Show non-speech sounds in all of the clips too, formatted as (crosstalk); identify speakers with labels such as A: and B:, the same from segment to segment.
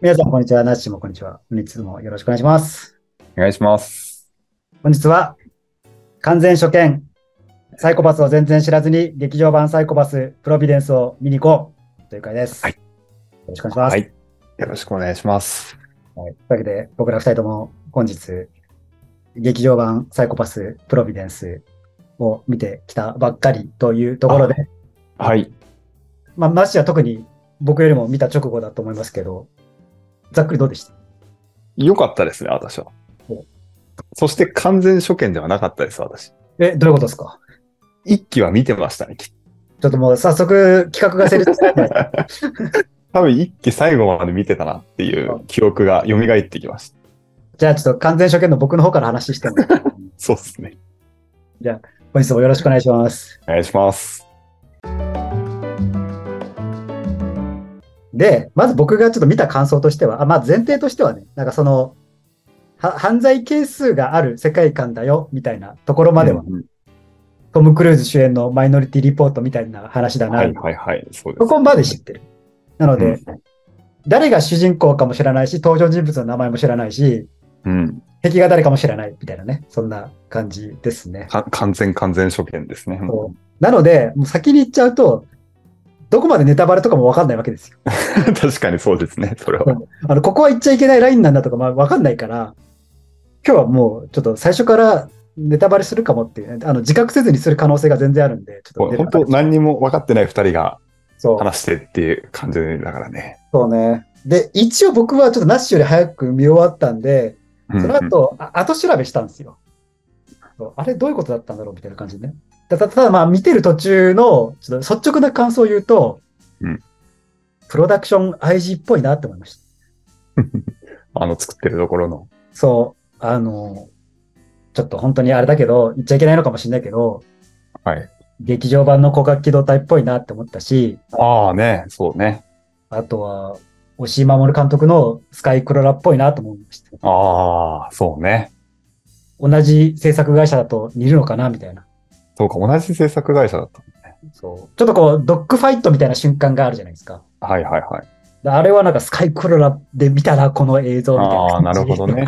A: 皆さん、こんにちは。なっしもこんにちは。本日もよろしくお願いします。
B: お願いします。
A: 本日は、完全初見、サイコパスを全然知らずに、劇場版サイコパス、プロビデンスを見に行こうという回です。
B: はい
A: よろしくお願いします。
B: はいよろしくお願いします。
A: はいというわけで、僕ら二人とも本日、劇場版サイコパスプロビデンスを見てきたばっかりというところで、
B: はい。
A: まあ、マッシーは特に僕よりも見た直後だと思いますけど、ざっくりどうで
B: (laughs)
A: した
B: 良かったですね、私は
A: お。
B: そして完全初見ではなかったです、私。
A: え、どういうことですか
B: 一期は見てましたね、きっ
A: ちょっともう早速企画が成立してない。
B: と。多分一期最後まで見てたなっていう記憶が蘇ってきました。
A: じゃあちょっと完全初見の僕の方から話して
B: (laughs)
A: も、
B: そうですね。
A: 本日もよろしくお願いします。
B: お願いします。
A: で、まず僕がちょっと見た感想としては、あまあ前提としてはね、なんかその、は犯罪係数がある世界観だよ、みたいなところまでは、
B: うん
A: トム・クルーズ主演のマイノリティリポートみたいな話だな、
B: はいはいはい。そうです。
A: ここまで知ってる。なので、
B: うん
A: 誰が主人公かも知らないし、登場人物の名前も知らないし、
B: うん。
A: 敵が誰かも知らないみたいなね、そんな感じですね。
B: か完全完全初見ですね。
A: そうなので、もう先に言っちゃうと、どこまでネタバレとかもわかんないわけですよ。
B: (laughs) 確かにそうですね、それは。
A: あの、ここは言っちゃいけないラインなんだとか、まあ、わかんないから、今日はもう、ちょっと最初からネタバレするかもっていう、ね、あの、自覚せずにする可能性が全然あるんで、ちょっとネタ
B: 本
A: バレ
B: 当何にも分かってない二人が
A: そう
B: 話してっていう感じだからね。
A: そうね。で、一応僕はちょっとナッシュより早く見終わったんで、
B: うん
A: その後、あ後調べしたんですよ。そうあれ、どういうことだったんだろうみたいな感じでね。ただ、ただまあ、見てる途中の、ちょっと率直な感想を言うと、
B: うん
A: プロダクション IG っぽいなって思いました。
B: あの作ってるところの。
A: そう、あの、ちょっと本当にあれだけど、言っちゃいけないのかもしれないけど、
B: はい。
A: 劇場版の広角機動隊っぽいなって思ったし、
B: ああね、そうね。
A: あとは、押井守監督のスカイクロラっぽいなと思いました。
B: ああ、そうね。
A: 同じ制作会社だと似るのかなみたいな。
B: そうか、同じ制作会社だった。
A: そう。ちょっとこう、ドッグファイトみたいな瞬間があるじゃないですか。
B: はいはい
A: (laughs)
B: はい。
A: であれはなんかスカイクロラで見たらこの映像みたいな感じ。
B: あーなるほどね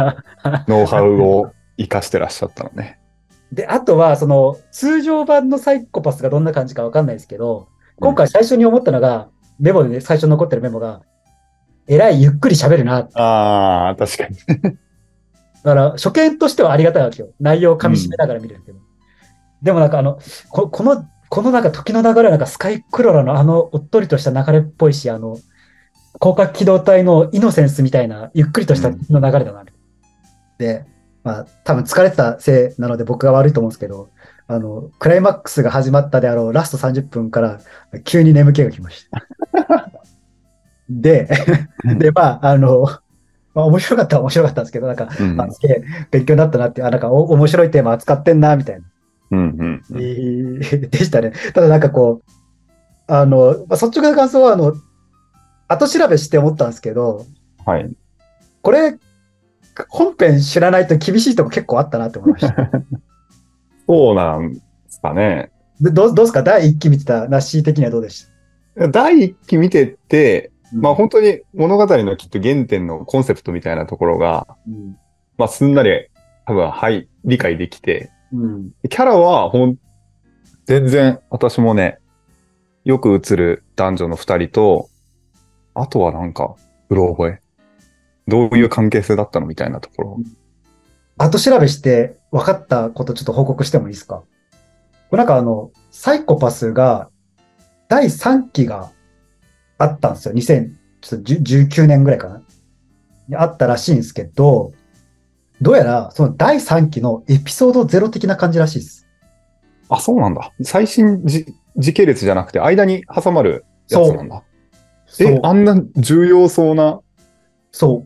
B: ノウハウを活かしてらっしゃったのね。
A: (laughs) で、あとは、その、通常版のサイコパスがどんな感じかわかんないですけど、今回最初に思ったのが、メモでね、最初に残ってるメモが、えらいゆっくり喋るな。だ
B: ああ、確かに。
A: から、初見としてはありがたいわけよ。内容を噛み締めながら見るんですけど。でもなんかあの、ここの、このなんか時の流れはなんかスカイクロラのあのおっとりとした流れっぽいし、あの、広角機動隊のイノセンスみたいな、ゆっくりとした時の流れだな、で、まあ、多分疲れてたせいなので僕が悪いと思うんですけど、あの、クライマックスが始まったであろうラスト30分から急に眠気がきました。 (laughs) で、で、まあ、あの、まあ、面白かったは面白かったんですけど、なんか、
B: うん
A: あすげえ勉強になったなって、あ、なんかお面白いテーマ扱ってんな、みたいな、
B: うんうんう
A: (laughs)
B: ん。
A: でしたね。ただなんかこう、あの、まあ、率直な感想は、あの、後調べして思ったんですけど、
B: はい。
A: これ、本編知らないと厳しいとこ結構あったなって思いました。
B: (laughs) そうなんですかね。
A: でどうどうですか第一期見てたナッシー的にはどうでした
B: 第一期見てて、まあ本当に物語のきっと原点のコンセプトみたいなところが、
A: うん。
B: まあすんなり多分、はい、理解できて、
A: うん。
B: キャラはほん、全然私もね、よく映る男女の二人と、あとはなんか、うろ覚え。どういう関係性だったのみたいなところ。
A: 後調べして分かったことちょっと報告してもいいですかこれなんかあの、サイコパスが第3期があったんですよ。2019年ぐらいかな。にあったらしいんですけど、どうやらその第3期のエピソードゼロ的な感じらしいです。
B: あ、そうなんだ。最新じ時系列じゃなくて、間に挟まるやつなんだ。
A: そ
B: え
A: う、
B: あんな重要そうな
A: そ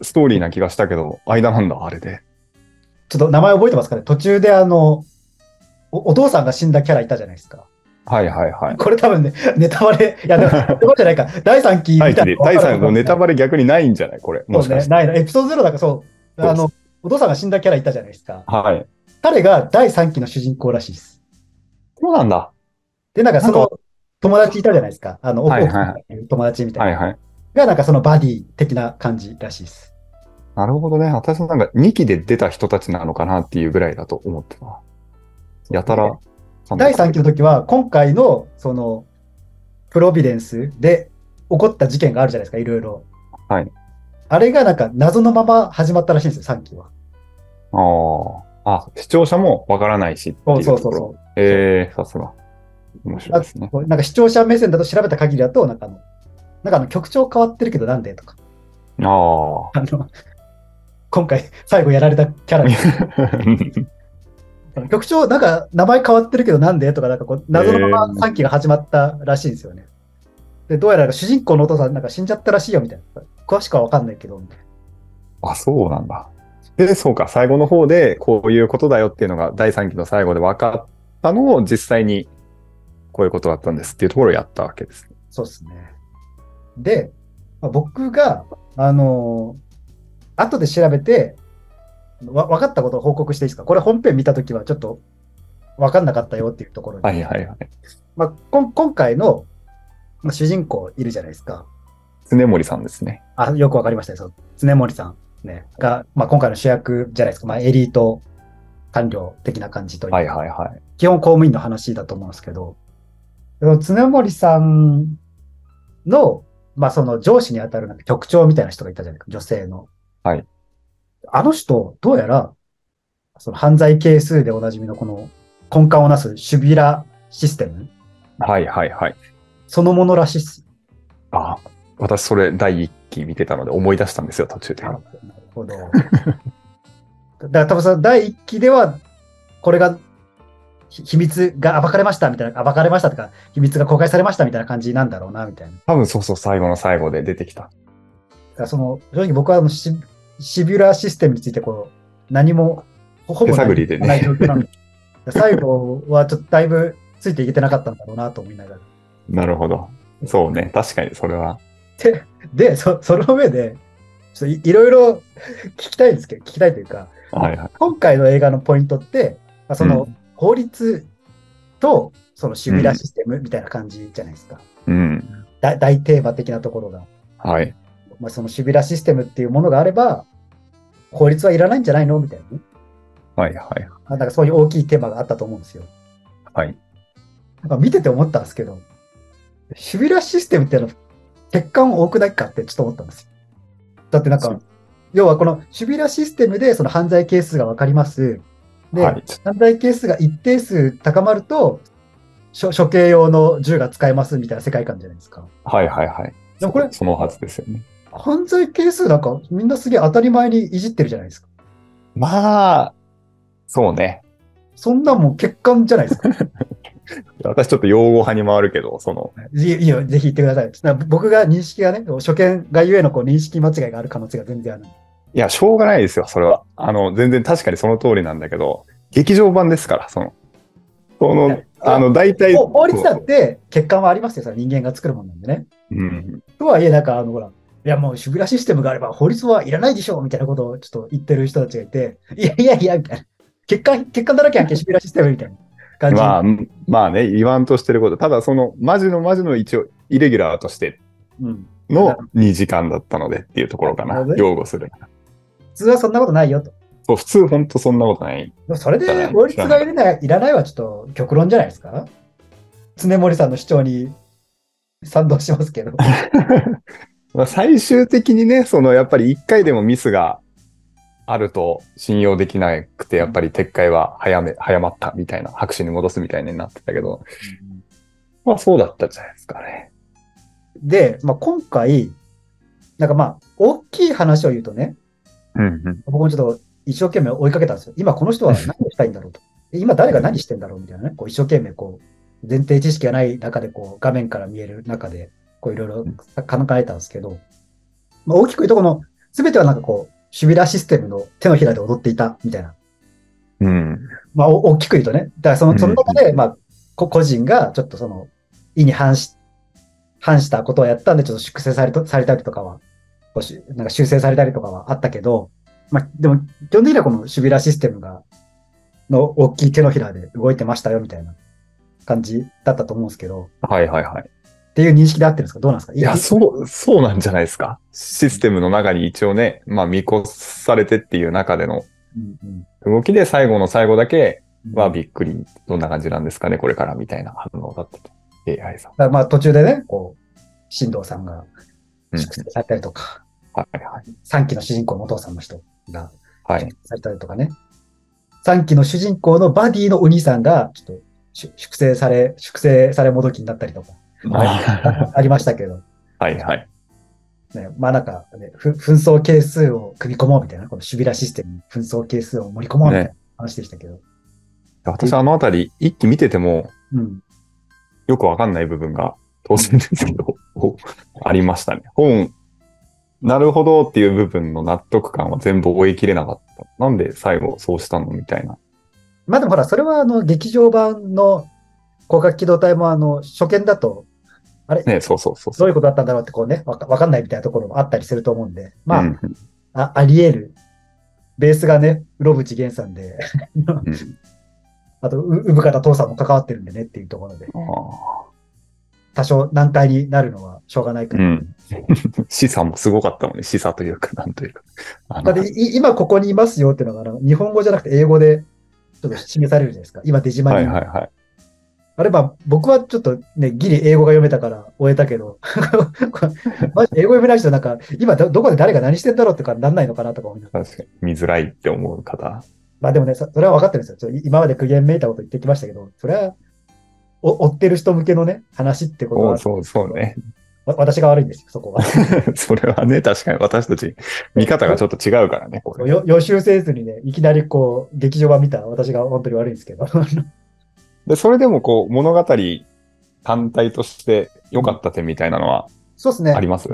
A: う。
B: ストーリーな気がしたけど、間なんだ、あれで。
A: ちょっと名前覚えてますかね途中であの、おお父さんが死んだキャラいたじゃないですか。
B: はいはいはい。
A: これ多分ね、ネタバレ、いや、
B: (laughs)
A: でも、そういうことじゃないか。第3期見
B: 第
A: た
B: 3
A: ら
B: 期、第三のネタ
A: バ
B: バレ逆にないんじゃないこれ。もし
A: そう
B: か
A: ね、
B: して。
A: ないの。エピソードゼロだからそう。
B: そう
A: あ
B: です
A: の、お父さんが死んだキャラいたじゃないですか。
B: はい。
A: 彼が第3期の主人公らしいです。
B: そうなんだ。
A: で、なんかそ
B: なん
A: の友達いたじゃないですか。あの、
B: はいはい
A: 奥さんっていう友達みたいな。
B: はいはい。
A: がなんかそのバディ的な感じらしいです。
B: なるほどね。私もなんか2期で出た人たちなのかなっていうぐらいだと思ってた。やたら。
A: 第3期の時は、今回のそのプロビデンスで起こった事件があるじゃないですか、いろいろ。
B: はい。
A: あれがなんか謎のまま始まったらしいんですよ、3期は。
B: ああ。あ、視聴者もわからないしって
A: そ
B: いううとこ
A: そう
B: ろ。
A: そうそう。
B: ええさすが。面白いですね。
A: こうなんか視聴者目線だと調べた限りだと、なんかあの、なんかあの曲調変わってるけどなんでとか、あ
B: ああ。
A: の、今回最後やられたキャラ
B: (laughs)
A: 局長、なんか名前変わってるけどなんでとか、なんかこう、謎のまま3期が始まったらしいんですよね。で、どうやらなんか主人公のお父さん、なんか死んじゃったらしいよみたいな。詳しくはわかんないけど、みたいな
B: (laughs) あ、そうなんだ。で、そうか、最後の方で、こういうことだよっていうのが、第3期の最後で分かったのを、実際に、こういうことだったんですっていうところをやったわけですね。
A: そうですね。で、まあ僕が、あのー後で調べて、わ分かったことを報告していいですかこれ本編見たときはちょっと分かんなかったよっていうところに。
B: はいはいはい。
A: まあ、こん今回の、まあ、主人公いるじゃないですか。
B: 常森さんですね。
A: あよくわかりましたよ。そう常森さん、ね、が、まあ、今回の主役じゃないですか。まあ、エリート官僚的な感じという、
B: はいはいはい。
A: 基本公務員の話だと思うんですけど、その常森さんの、まあ、その上司に当たるなんか局長みたいな人がいたじゃないですか、女性の。
B: はい。
A: あの人、どうやら、その犯罪係数でおなじみのこの根幹をなすシュビラシステム
B: はいはいはい。
A: そのものらしいっす。
B: あ、私それ第1期見てたので思い出したんですよ、途中で
A: な。るほど。だから多分その第1期では、これが、ひ秘密が暴かれましたみたいな、暴かれましたとか、秘密が公開されましたみたいな感じなんだろうな、みたいな。だ
B: 多分そうそう、最後の最後で出てきた。
A: からその、正直僕はあのシシビュラーシステムについて、こう、何も、ほほぼ何
B: 手探
A: も
B: りでね
A: ない状況なんで最後はちょっとだいぶついていけてなかったんだろうなと思いながら。
B: なるほど。そうね。確かにそれは。
A: で、でそ (laughs) その上で、ちょっといいろいろ聞きたいんですけど、聞きたいというか、
B: はいはい。
A: 今回の映画のポイントって、まあ、その
B: う
A: 法律とそのシミュラーシステムみたいな感じじゃないですか。
B: うん。
A: だ大テーマ的なところが。
B: はい。
A: まあ、そのシミュラーシステムっていうものがあれば、法律はいらないんじゃないのみたいなね。
B: はいはい。
A: まあなんかそういう大きいテーマがあったと思うんですよ。
B: はい。
A: なんか見てて思ったんですけど、シミュラーシステムっていうのは欠陥多くないかってちょっと思ったんですよ。だってなん
B: そ
A: か
B: う、
A: 要はこのシミュラーシステムでその犯罪係数がわかります。で、
B: はい。ちょ
A: 犯罪係数が一定数高まると、処処刑用の銃が使えますみたいな世界観じゃないですか。
B: はいはいはい。
A: でもこれ
B: そのはずですよね。
A: 犯罪係数なんかみんなすげえ当たり前にいじってるじゃないですか。
B: まあ、そうね。
A: そんなもん欠陥じゃない
B: (laughs)
A: ですか。
B: 私ちょっと用語派に回るけど、その、
A: いいいいよ、ぜひ言ってください。な僕が認識がね、初見がゆえのこう認識間違いがある可能性が全然ある。
B: いや、しょうがないですよ、それは。あの、全然確かにその通りなんだけど、劇場版ですから、その、そ
A: い
B: の
A: や、
B: あの、大体、
A: もう法律だって欠陥はありますよ、それは人間が作るもんなんでね。
B: うん、
A: とはいえ、なんかあの、ほら、いやもうシブラシステムがあれば法律はいらないでしょみたいなことをちょっと言ってる人たちがいて、いやいやいや、みたいな。欠陥、欠陥だらけやんけ、シブラシステムみたいな感じ。
B: まあ、うんまあね、言わんとしてること、ただその、マジのマジの一応、イレギュラーとして
A: うん。
B: の2時間だったのでっていうところか
A: なる
B: な
A: ほど、ね
B: 擁護するなら。
A: 普通はそんなことないよと。
B: そう、普通、ほんとそんなことない。 (laughs)
A: でもそれで法律がいらないいらないはちょっと極論じゃないですか常森さんの主張に賛同しますけど。
B: まあ、最終的にね、その、やっぱり1回でもミスがあると信用できなくて、やっぱり撤回は早め、早まったみたいな、白紙に戻すみたいになってたけど、まあそうだったじゃないですかね。
A: で、まあ、今回、なんかまあ、大きい話を言うとね、
B: うんうん。
A: 僕もちょっと一生懸命追いかけたんですよ。今この人は何をしたいんだろうと。今誰が何してんだろうみたいなね。こう一生懸命こう、前提知識がない中でこう、画面から見える中で、こういろいろ考えたんですけど、まあ、大きく言うとこの、すべてはなんかこう、シビラシステムの手のひらで踊っていたみたいな。
B: うん。
A: まあ、お大きく言うとね。だからその、その中
B: うん
A: で、
B: うん
A: まあ、こ個人がちょっとその、意に反し、反したことをやったんで、ちょっと粛清されとされたりとかは、こうしなんか修正されたりとかはあったけど、まあ、でも、基本的にはこのシビラシステムが、の大きい手のひらで動いてましたよ、みたいな感じだったと思うんですけど、
B: はいはいはい。
A: っていう認識で合ってるんですかどうなんですか
B: いや、そう、そうなんじゃないですか。システムの中に一応ね、まあ見越されてっていう中での
A: うんうん
B: 動きで最後の最後だけ
A: うん
B: はびっくり、どんな感じなんですかね、これからみたいな反応だったと。AI さん。
A: だからまあ途中でね、こう、進藤さんが
B: うん
A: 粛清されたりとか、
B: はいはい。
A: 3期の主人公のお父さんの人が
B: はい
A: 粛。清されたりとかね、3期の主人公のバディのお兄さんが、ちょっとし粛清され、粛清されもどきになったり
B: (laughs)
A: とか、
B: は
A: ありましたけど、
B: い
A: (laughs)
B: はい。
A: ね、まあなんか、ね、ふ紛争係数を組み込もうみたいな、このシビラシステムに紛争係数を盛り込もうみたいな
B: ね。
A: 話でしたけど、
B: 私あのあたり、一気見てても
A: うん。
B: よくわかんない部分が当然ですけど、 (laughs) ありましたね。本、なるほどっていう部分の納得感は全部追い切れなかった。なんで最後そうしたのみたいな。
A: まあでもほら、それはあの劇場版の広角機動隊もあの初見だと、あれ、
B: ね、そうそうそ
A: ど
B: うそうう。
A: いうことだったんだろうってこうね、わかわかんないみたいなところもあったりすると思うんで、まあ、
B: うん
A: ああり得る。ベースがね、うろぶちげんさんで、
B: うん
A: (laughs) あと、う産方父さんも関わってるんでねっていうところで、
B: あ
A: 多少難題になるのはしょうがない
B: ー
A: か
B: う
A: ら。
B: ん。示唆もすごかったもんね。示唆というか、なんというか。あ
A: だ
B: の
A: ってい今ここにいますよっていうのがあの、日本語じゃなくて英語でちょっと示されるじゃないですか。今デジマに。
B: はいはいはい。
A: あれば、僕はちょっとね、ギリ英語が読めたから終えたけど、 (laughs) これマジ英語読めない人なんか、今どどこで誰が何してんだろうってかなんないのかなとか思いながら。
B: 確かに。見づらいって思う方。
A: まあでもね、そそれは分かってるんですよちょ。今まで苦言めいたこと言ってきましたけど、それは、お追ってる人向けのね、話ってこと
B: そう
A: は、
B: そうそうね。
A: わ私が悪いんですよ、そこは。 (laughs)
B: それはね、確かに私たち、見方がちょっと違うからね、これ。
A: よ予習せずにね、いきなりこう、劇場版見た私が本当に悪いんです
B: (laughs)
A: けど。
B: で、それでもこう、物語単体として良かった点みたいなのは
A: そうですね。
B: あります、
A: い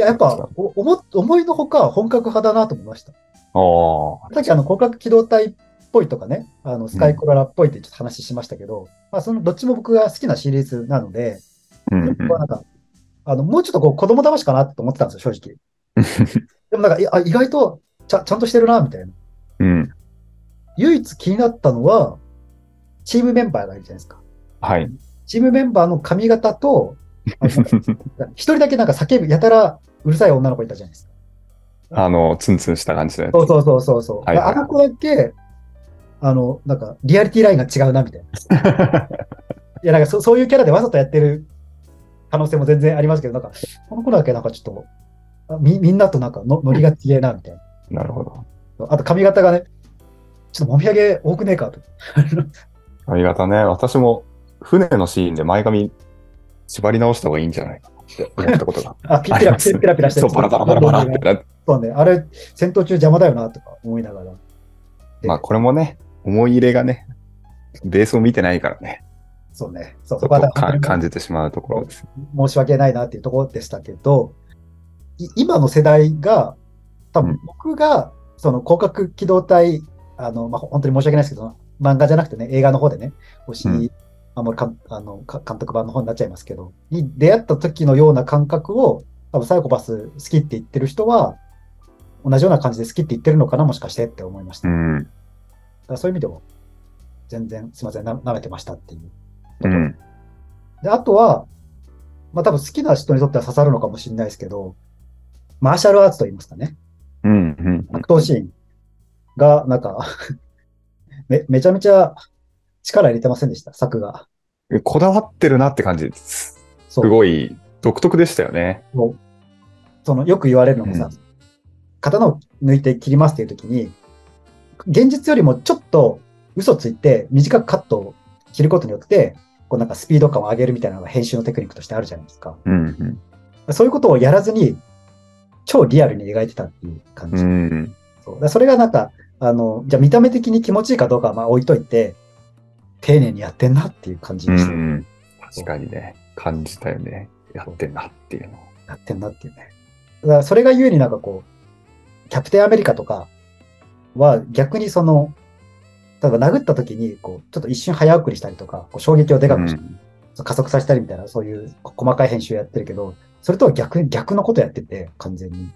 A: ややっぱお思、思いのほか本格派だなと思いました。
B: ああ。
A: さっきあの、広角機動隊っぽいとかね、あの、スカイクロラっぽいってちょっと話しましたけど、まあ、その、どっちも僕が好きなシリーズなので、
B: うんうん
A: 僕はなんか、あの、もうちょっとこう、子供騙しかなと思ってたんですよ、正
B: (laughs)
A: 直。でもなんか、いあ意外とちゃ、ちゃんとしてるな、みたいな。
B: うん。
A: 唯一気になったのは、チームメンバーがいるじゃないですか。
B: はい。
A: チームメンバーの髪型と、あのなんか一人だけなんか叫ぶ、やたらうるさい女の子いたじゃないですか。
B: あの、ツンツンした感じのやつ。
A: そうそうそうそうそう。
B: はいはいはい
A: あの子だけ、あの、なんか、リアリティラインが違うな、みたいな。い
B: (laughs)
A: や、なんかそ、そういうキャラでわざとやってる可能性も全然ありますけど、なんか、この子だけなんかちょっと、あみ、みんなとなんかの、ノリが違えな、みたいな。
B: なるほど。
A: あと髪型がね、ちょっともみあげ多くねえかと。
B: 髪型ね、私も船のシーンで前髪縛り直した方がいいんじゃないかなって思ったことが
A: (laughs) あ、ピ
B: あ
A: ラピ
B: り
A: ラ
B: ま
A: ピ
B: す。
A: ラピラピラして
B: そ
A: る。
B: う、バラバラバラバラってなって。
A: そうね、あれ、戦闘中邪魔だよな、とか思いながら。
B: まあ、これもね、思い入れがね、ベースを見てないからね、
A: そうね、そう、
B: そ
A: そ
B: こ
A: こは
B: を
A: だ
B: か
A: 本当
B: 感
A: に
B: じてしまうところです。
A: 申し訳ないなっていうところでしたけど、い今の世代が、多
B: う
A: 分
B: ん
A: 僕が、その広角機動隊、あの、まあ、本当に申し訳ないですけど、漫画じゃなくてね、映画の方でね、星
B: うん
A: 守かんあのか監督版の方になっちゃいますけど、に出会った時のような感覚を、多分サイコパス好きって言ってる人は、同じような感じで好きって言ってるのかな、もしかしてって思いました。
B: う
A: だ
B: ん。
A: からそういう意味でも、全然すいません、な舐めてましたっていう。
B: うん。
A: で、あとは、まあ多分好きな人にとっては刺さるのかもしれないですけど、マーシャルアーツと言いますかね。
B: うん。うん。
A: 格闘シーンが、なんか (laughs) め、めちゃめちゃ力入れてませんでした、作が。
B: こだわってるなって感じです。
A: そ
B: す
A: う。
B: ごい独特でしたよね。
A: その、よく言われるのがさ、
B: うん
A: 刀を抜いて切りますっていう時に、現実よりもちょっと嘘ついて短くカットを切ることによって、こうなんかスピード感を上げるみたいなのが編集のテクニックとしてあるじゃないですか。
B: うん。
A: そういうことをやらずに、超リアルに描いてたっていう感
B: う
A: じ。
B: ん。
A: そうだからそれがなんか、あの、じゃあ見た目的に気持ちいいかどうかはまあ置いといて、丁寧にやってんなっていう感じ
B: う
A: にして、
B: ん。確かにね、感じたよね。やってんなっていうの。
A: やってんなっていうね。だからそれがゆえになんかこう、キャプテンアメリカとかは逆にその、例えば殴った時に、こう、ちょっと一瞬早送りしたりとか、こう衝撃をでかくし
B: う
A: 加速させたりみたいな、そういうこ細かい編集やってるけど、それとは逆に、逆のことやってて、完全に。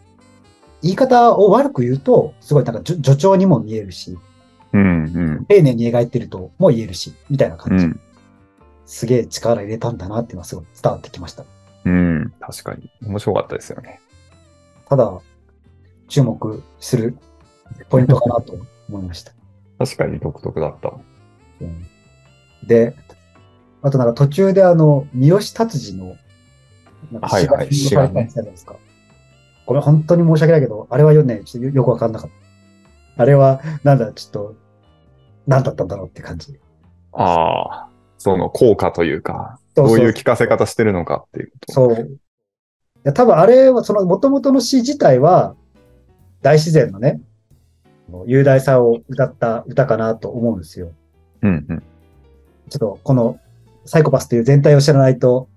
A: 言い方を悪く言うと、すごいなんか助助長にも見えるし、
B: ん。うん。
A: 丁寧に描いてるとも言えるし、みたいな
B: う
A: 感じ。
B: ん。
A: すげえ力入れたんだなっていうのはすごい伝わってきました。
B: うん、確かに。面白かったですよね。
A: ただ、注目するポイントかなと思いました。
B: 確かに独特だった。
A: うんで、あとなんか途中であの、三好達治の、なんか
B: はいはい
A: 詩が紹介されてたじゃないですか。これ本当に申し訳ないけど、あれはよね、ちょっとよよくわかんなかった。あれは、なんだ、ちょっと、なんだったんだろうって感じ。
B: ああ、その効果というか、
A: そ
B: ど
A: そう
B: いう聞かせ方してるのかっていうこと。
A: そう。いや、多分あれは、その元々の詩自体は、大自然のね、雄大さを歌った歌かなと思うんですよ。
B: うんうん。
A: ちょっとこのサイコパスという全体を知らないと、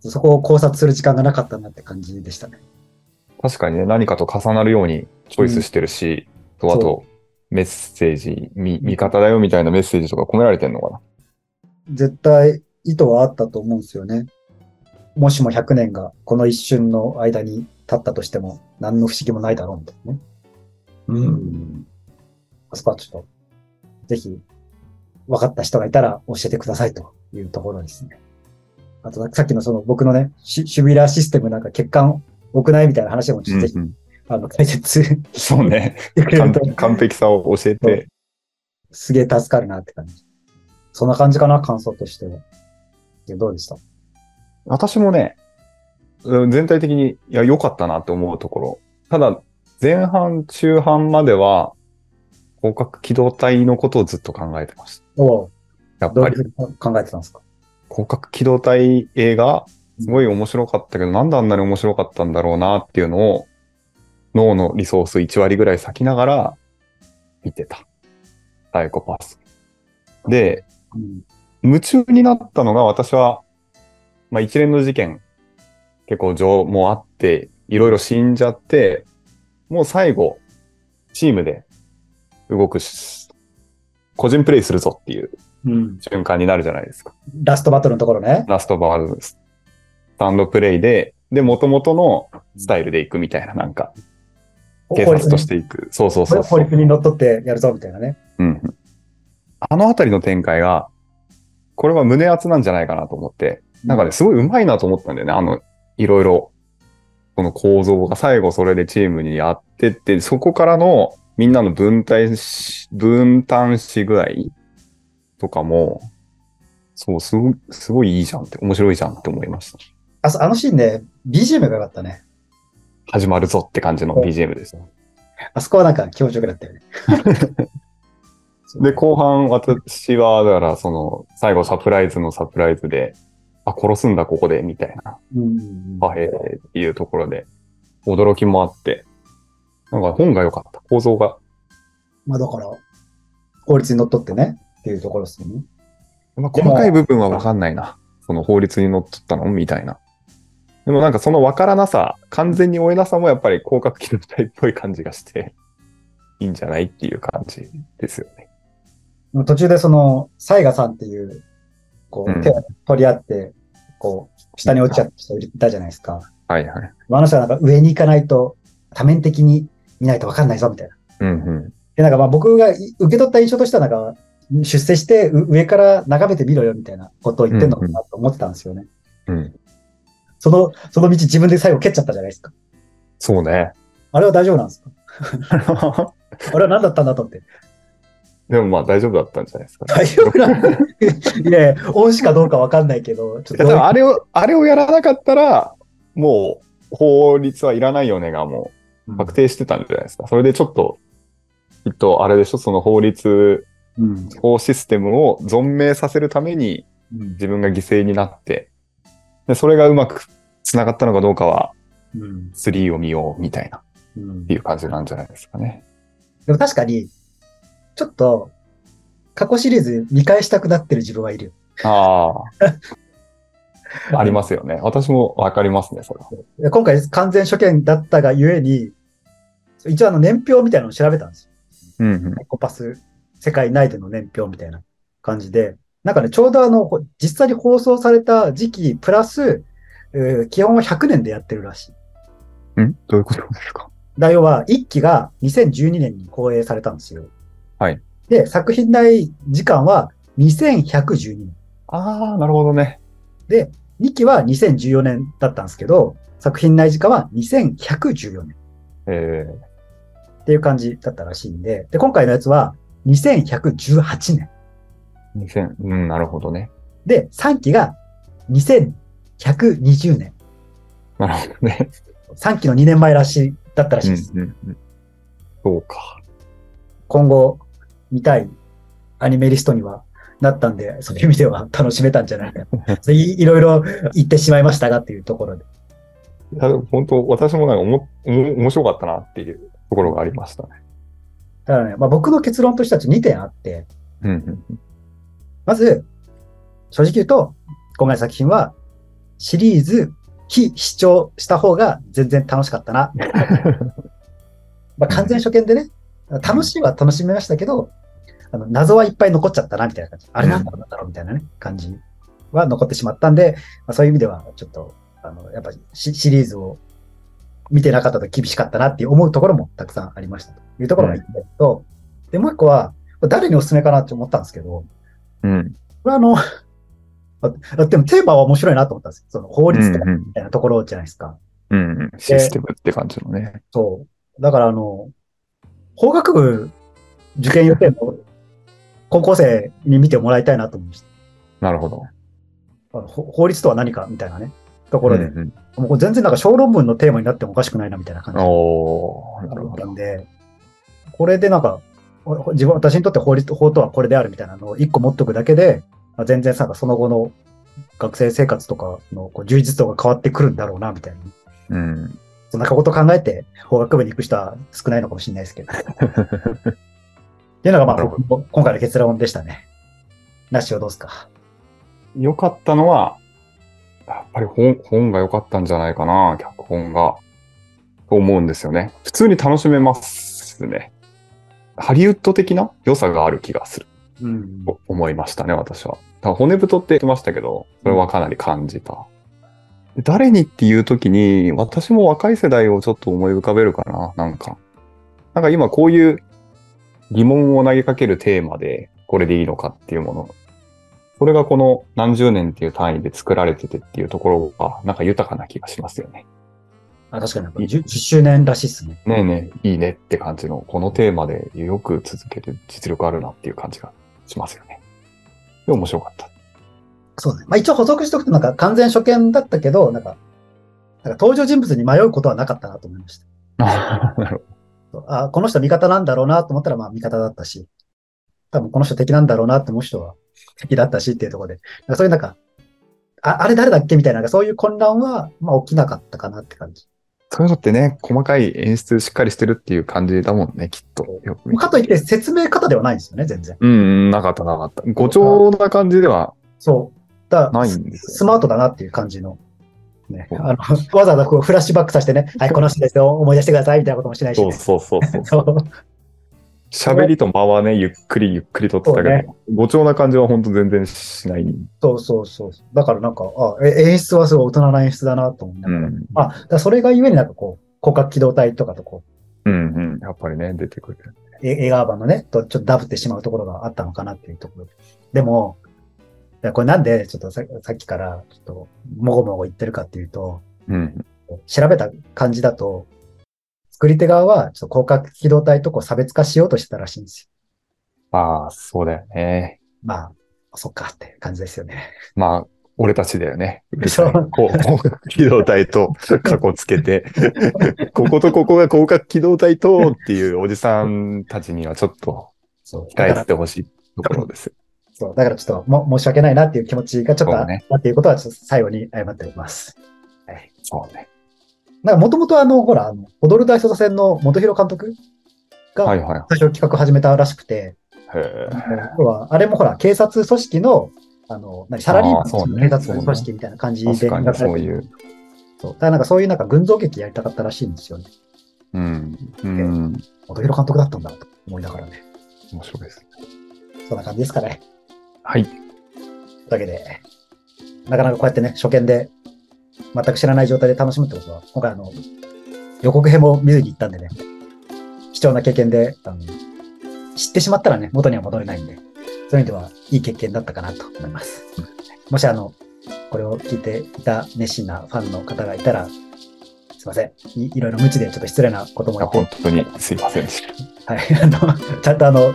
A: そこを考察する時間がなかったなって感じでしたね。
B: 確かにね、何かと重なるようにチョイスしてるし、とあと
A: そ、
B: メッセージ、み味方だよみたいなメッセージとか込められてんのかな。
A: 絶対意図はあったと思うんですよね。もしも100年がこの一瞬の間に経ったとしても、何の不思議もないだろうみたいなね。うん。アスパーチと、ぜひ、分かった人がいたら教えてくださいというところですね。あと、さっきのその僕のね、シシミュラーシステムなんか欠陥多くないみたいな話もちょっとぜひ、
B: うんうん
A: あの、解説して
B: そうね。
A: (laughs) くれる
B: 完
A: と。
B: 完璧さを教えて、
A: すげえ助かるなって感じ。そんな感じかな、感想としては。でどうでした
B: 私もね、うん全体的に、いや、良かったなって思うところ。ただ、前半、中半までは、広角機動隊のことをずっと考えてまし
A: おう
B: た。やっ
A: どう
B: ぱ
A: いう
B: り
A: ふう、に考えてたんですか
B: 広角機動隊映画、すごい面白かったけど、なんであんなに面白かったんだろうなっていうのを、脳のリソース1割ぐらい割きながら、見てた。サイコパス。で、
A: うん。
B: 夢中になったのが私は、まあ、一連の事件、結構情もあって、いろいろ死んじゃって、もう最後、チームで動くし、個人プレイするぞっていう
A: うん。
B: 瞬間になるじゃないですか。
A: ラストバトルのところね。
B: ラストバールスタンドプレイで、で、元々のスタイルで行くみたいな、なんか、警
A: 法
B: 察
A: 律
B: と
A: に
B: していく。そうそ
A: こ
B: うそ
A: れ
B: うそ
A: 法
B: う。
A: 律にのっとってやるぞみたいなね。
B: うんうん。あのあたりの展開が、これは胸熱なんじゃないかなと思って、なんかね、すごい上手いなと思ったんだよね。あの、いろいろ、この構造が最後それでチームにやってって、そこからのみんなの分担し、分担し具合とかも、そう、すごい、すごいいいじゃんって、面白いじゃんって思いました。
A: あそあのシーンね、BGM が良かったね。
B: 始まるぞって感じの BGM です。
A: あそこはなんか気持ちよくなった
B: (laughs)
A: よね。
B: で、後半、私は、だから、その、最後サプライズのサプライズで、あ、殺すんだ、ここで、みたいな。
A: うんうん
B: あ、へえっていうところで、驚きもあって、なんか本が良かった、構造が。
A: まあだから、法律にのっとってね、っていうところですよね。
B: まあ、
A: で
B: 細
A: も
B: かい部分は分かんないな。その法律にのっとったのみたいな。でもなんかその分からなさ、完全に追えなさもやっぱり広角機動隊っぽい感じがして、いいんじゃないっていう感じですよね。
A: 途中でその、サイガさんっていう、こ
B: うん
A: う、手を取り合って、こう、下に落ちちゃった人いたじゃないですか。
B: はいはい。
A: あの人はなんか上に行かないと、多面的に見ないと分かんないぞ、みたいな。
B: うんうん。
A: で、なんかまあ僕がい受け取った印象としては、なんか、出世してう上から眺めてみろよ、みたいなことを言ってんのかなと思ってたんですよね。
B: うん。
A: その、その道自分で最後蹴っちゃったじゃないですか。
B: そうね。
A: あれは大丈夫なんですかあれは何だったんだと思って。
B: (laughs) でもまあ大丈夫だったんじゃないですか。
A: 大丈夫なんだ。
B: (laughs)
A: いやいや、恩師かどうか分かんないけど、ちょっ
B: いや
A: と
B: 多分あれを、あれをやらなかったら、もう法律はいらないよねがもう確定してたんじゃないですか。それでちょっと、きっとあれでしょ、その法律、
A: うん
B: 法システムを存命させるために
A: うん
B: 自分が犠牲になって、でそれがうまく繋がったのかどうかは、
A: うん
B: 3を見ようみたいな、っ
A: うん
B: ていう感じなんじゃないですかね。
A: でも確かに、ちょっと、過去シリーズ見返したくなってる自分はいるよ。
B: あ (laughs) あ。ありますよね。私もわかりますね、それは。
A: で今回完全初見だったがゆえに、一応あの年表みたいなのを調べたんですよ。
B: うんうん。
A: コパス世界内での年表みたいな感じで。なんかね、ちょうどあの、こ実際に放送された時期、プラス、えー基本は100年でやってるらしい。
B: んどういうことですか
A: だ要は、1期が2012年に公映されたんですよ。
B: はい。
A: で、作品内時間は2112年。
B: ああ、なるほどね。
A: で、 2期は2014年だったんですけど、作品内時間は2114年
B: ええ
A: っていう感じだったらしいんで、で、今回のやつは2118年。
B: 2000、うん、なるほどね。
A: で、3期が2120年。
B: なるほどね。
A: 3期の2年前らしい、だったらしいです。
B: うんうんうんそうか。
A: 今後見たいアニメリストにはなったんで、そういう意味では楽しめたんじゃない (laughs) かそうい。いろいろ言ってしまいましたがっていうところで。
B: いや本当、私もなんかおも、おも面白かったなっていうところがありましたね。
A: だからね、まあ、僕の結論としては2点あって、
B: うんうん。
A: まず、正直言うと、今回の作品はシリーズ非視聴した方が全然楽しかったな。まあ、完全初見でね、楽しいは楽しめましたけど、あの謎はいっぱい残っちゃったな、みたいな感じ。あれなんだったろうみたいなね、感じは残ってしまったんで、まあ、そういう意味では、ちょっと、あの、やっぱりシシリーズを見てなかったと厳しかったなって思うところもたくさんありましたというところが一点と、で、もう一個は、誰におすすめかなって思ったんですけど、
B: うん。
A: これはあの、あでもテーマは面白いなと思ったんですよ。その法律とか
B: うんうん
A: みたいなところじゃないですか。
B: うんうん。システムって感じのね。
A: そう。だからあの、法学部受験予定の高校生に見てもらいたいなと思いまし
B: なるほど。
A: た。あのほ法律とは何かみたいなね、ところで。
B: うんうん
A: もうこれ全然なんか小論文のテーマになってもおかしくないなみたいな感じだ
B: おー、なるほ
A: っ
B: ど。
A: たんで、これでなんか、お自分、私にとって法律、法とはこれであるみたいなのを一個持っとくだけで、まあ、全然なんかその後の学生生活とかのこう充実度が変わってくるんだろうな、みたいな。
B: うん。
A: そんなこと考えて法学部に行く人は少ないのかもしれないですけど。っていうのが、ま
B: な
A: あ、
B: るほど
A: 僕の今回の結論でしたね。なしはどうですか
B: 良かったのは、やっぱり本本が良かったんじゃないかな、脚本が。と思うんですよね。普通に楽しめますね。ハリウッド的な良さがある気がする
A: うん
B: と思いましたね、私は。多分骨太って言ってましたけど、それはかなり感じた。で誰にっていう時に、私も若い世代をちょっと思い浮かべるかな、なんか。なんか今こういう疑問を投げかけるテーマで、これでいいのかっていうもの。それがこの何十年っていう単位で作られててっていうところが、なんか豊かな気がしますよね。
A: あ確かになんか 10, 10周年らしいっすね。
B: ねえねえ、いいねって感じの、このテーマでよく続けて実力あるなっていう感じがしますよね。で、面白かった。
A: そうね。まあ一応補足しておくと、なんか完全初見だったけど、なんか、なんか登場人物に迷うことはなかったなと思いました。
B: (laughs) なるほ
A: そ
B: ど。
A: うあ、この人味方なんだろうなと思ったら、まあ味方だったし、多分この人敵なんだろうなって思う人は敵だったしっていうところで、なんかそういうなんか、ああれ誰だっけみたいな、なんかそういう混乱は、まあ起きなかったかなって感じ。
B: そういうのってね、細かい演出しっかりしてるっていう感じだもんね、きっと。よく見て
A: かといって説明方ではないんですよね、全然。
B: うんうん、なかったなかった。誤調な感じでは
A: そう。だから
B: ない
A: ス
B: んです
A: スマートだなっていう感じの。ね、
B: そう
A: あのわざわざこうフラッシュバックさせてね、
B: (laughs)
A: はい、この人ですよ、思い出してくださいみたいなこともしないし、
B: そう
A: ね。
B: そうそうそう。
A: そう
B: 喋りと間はね、ゆっくりゆっくりとってたけど、
A: そう
B: 誤調な感じは本当全然しない。
A: そうそうそう。だからなんか、あえ演出はすごい大人な演出だなと思いな
B: う
A: が
B: ん
A: ら。。まあ、だからそれがゆえになんかこう、広角機動隊とかとこ
B: うんうん。やっぱりね、出てくる。
A: う、え映画版のね、とちょっとダブってしまうところがあったのかなっていうところ。でも、いやこれなんでちょっとささっきからちょっともごもご言ってるかっていうと、
B: うん。
A: 調べた感じだと、作り手側はちょっと広角機動隊とこう差別化しようとしてたらしいんですよ。
B: ああ、そうだよね。
A: まあ、そっかって感じですよね。
B: まあ、俺たちだよね。
A: そう
B: こう広角機動隊 (laughs) と、過去つけて、こことここが広角機動隊とっていうおじさんたちにはちょっと
A: そう。だか
B: 控え
A: ら、
B: てほしいところです。
A: そうだからちょっとも申し訳ないなっていう気持ちがちょっと
B: そ
A: あ
B: うね
A: ったっていうことは、ちょっと最後に謝っております。
B: そうね。
A: なんかもともとあの、ほら、あの踊る大捜査線の元広監督が
B: はい
A: 最
B: はい。
A: 初企画始めたらしくて、
B: へー
A: 要はあれもほら、警察組織の、あの、何、サラリーマ
B: あーそう
A: ンの
B: ね
A: 警察組織みたいな感じで
B: 確かにそう
A: て
B: い
A: る。
B: う。
A: そう。だからなんかそういうなんか群像劇やりたかったらしいんですよね。
B: うん。うん。
A: 元広監督だったんだと思いながらね。
B: 面白いです。
A: そんな感じですかね。
B: はい。
A: だけで、なかなかこうやってね、初見で、全く知らない状態で楽しむってことは、今回あの、予告編も見ずに行ったんでね、貴重な経験で、あの知ってしまったらね、元には戻れないんで、そういう意味では、いい経験だったかなと思います。もしあの、これを聞いていた熱心なファンの方がいたら、すいません。いいろいろ無知でちょっと失礼なことも
B: あ
A: 言って
B: 本、当にすいませんでした。
A: はい、 (laughs) あの、ちゃんとあの、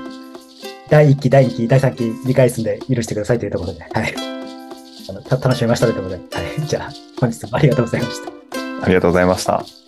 A: 第1期、第2期、第3期理解すんで許してくださいというところで、はい。あのた楽しみましたということで、はい。じゃあ、本日もありがとうございました。
B: ありがとうございました。